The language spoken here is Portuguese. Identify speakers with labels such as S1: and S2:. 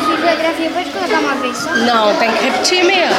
S1: fotografia, pode colocar uma vez só?
S2: Não, tem que repetir mesmo.